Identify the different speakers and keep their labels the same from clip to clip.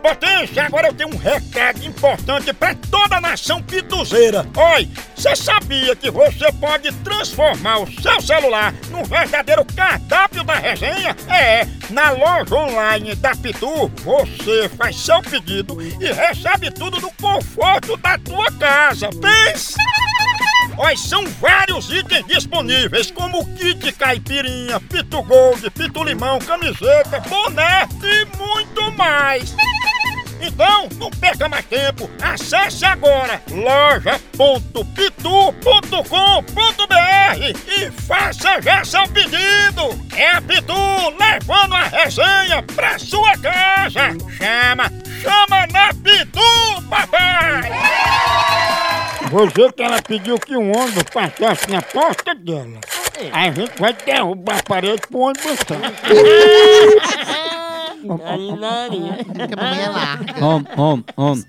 Speaker 1: potência, agora eu tenho um recado importante pra toda a nação pituzeira. Oi, você sabia que você pode transformar o seu celular num verdadeiro cardápio da resenha? É, na loja online da Pitu, você faz seu pedido e recebe tudo no conforto da tua casa. Pensa! Olha, são vários itens disponíveis, como kit caipirinha, pitu gold, pitu limão, camiseta, boné e muito mais. Então, não perca mais tempo, acesse agora loja.pitu.com.br e faça já seu pedido. É a Pitu levando a resenha pra sua casa. Chama, chama na Pitu, papai! Você que ela pediu que um ônibus passasse na porta dela. A gente vai derrubar a parede pro ônibus entrar.
Speaker 2: Porque a mamãe é larga.
Speaker 3: Home, home, home.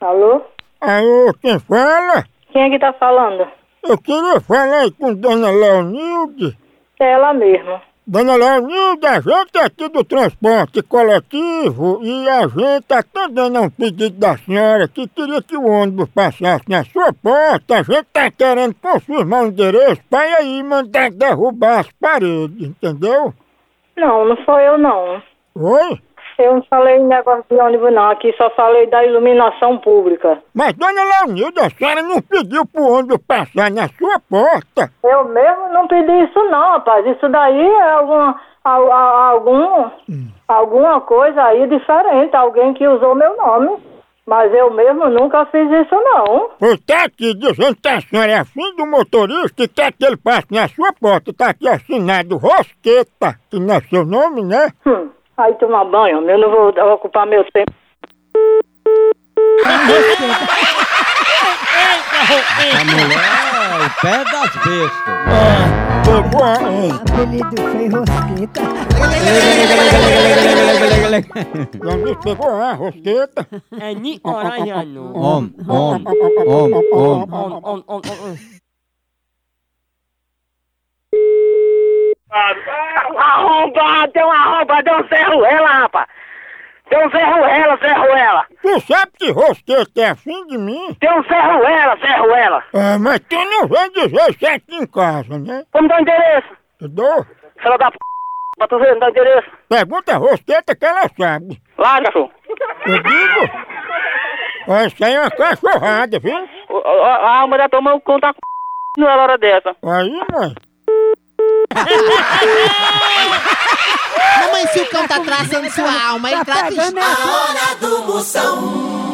Speaker 4: Alô?
Speaker 1: Alô, quem fala?
Speaker 4: Quem é que tá falando?
Speaker 1: Eu queria falar aí com Dona Leonilde.
Speaker 4: É ela mesma.
Speaker 1: Dona Leonilde, a gente é aqui do transporte coletivo e a gente atendendo a um pedido da senhora que queria que o ônibus passasse na sua porta. A gente tá querendo confirmar o endereço pra ir aí mandar derrubar as paredes, entendeu?
Speaker 4: Não, não sou eu não.
Speaker 1: Oi?
Speaker 4: Eu não falei em negócio de ônibus não, aqui só falei da iluminação pública.
Speaker 1: Mas Dona Leonilde, a senhora não pediu pro ônibus passar na sua porta.
Speaker 4: Eu mesmo não pedi isso não, rapaz. Isso daí é alguma, al- al- algum, alguma coisa aí diferente, alguém que usou meu nome. Mas eu mesmo nunca fiz isso não.
Speaker 1: Pois tá aqui dizendo que a senhora é afim do motorista e quer que ele passe na sua porta. Tá aqui assinado Rosqueta, que não é seu nome, né?
Speaker 4: Hum, Aí tomar banho, eu não vou ocupar meu tempo.
Speaker 3: A mulher é o pé das bestas.
Speaker 1: Pegou a... ei,
Speaker 5: Apelido foi Rosqueta.
Speaker 1: Leonir, pegou a Rosqueta.
Speaker 6: É Nicoraiano.
Speaker 3: Home, home, home, home.
Speaker 6: On, on, on, on, on.
Speaker 7: Arrombado, é um arrombado, é um ferroela, rapaz. Tem um ferroela, ferroela.
Speaker 1: Tu sabe que Rosqueta é afim de mim?
Speaker 7: Tem um ferroela, ferroela.
Speaker 1: Ah, mas tu não vem dizer isso aqui em casa, né?
Speaker 7: Como dá o um endereço?
Speaker 1: Eu dou.
Speaker 7: Fala da p. Pra tu ver, não dá o endereço.
Speaker 1: Pergunta a Rosqueta que ela sabe.
Speaker 7: Lá, cachorro.
Speaker 1: Eu digo... Ó, Isso aí é uma cachorrada, viu?
Speaker 7: Ó, ó, A alma já tomou conta com não é hora dessa.
Speaker 1: Aí, mãe.
Speaker 2: Mamãe, se o cão tá traçando sua alma, ele trata
Speaker 5: pegando a
Speaker 2: história.
Speaker 8: Hora do Moção.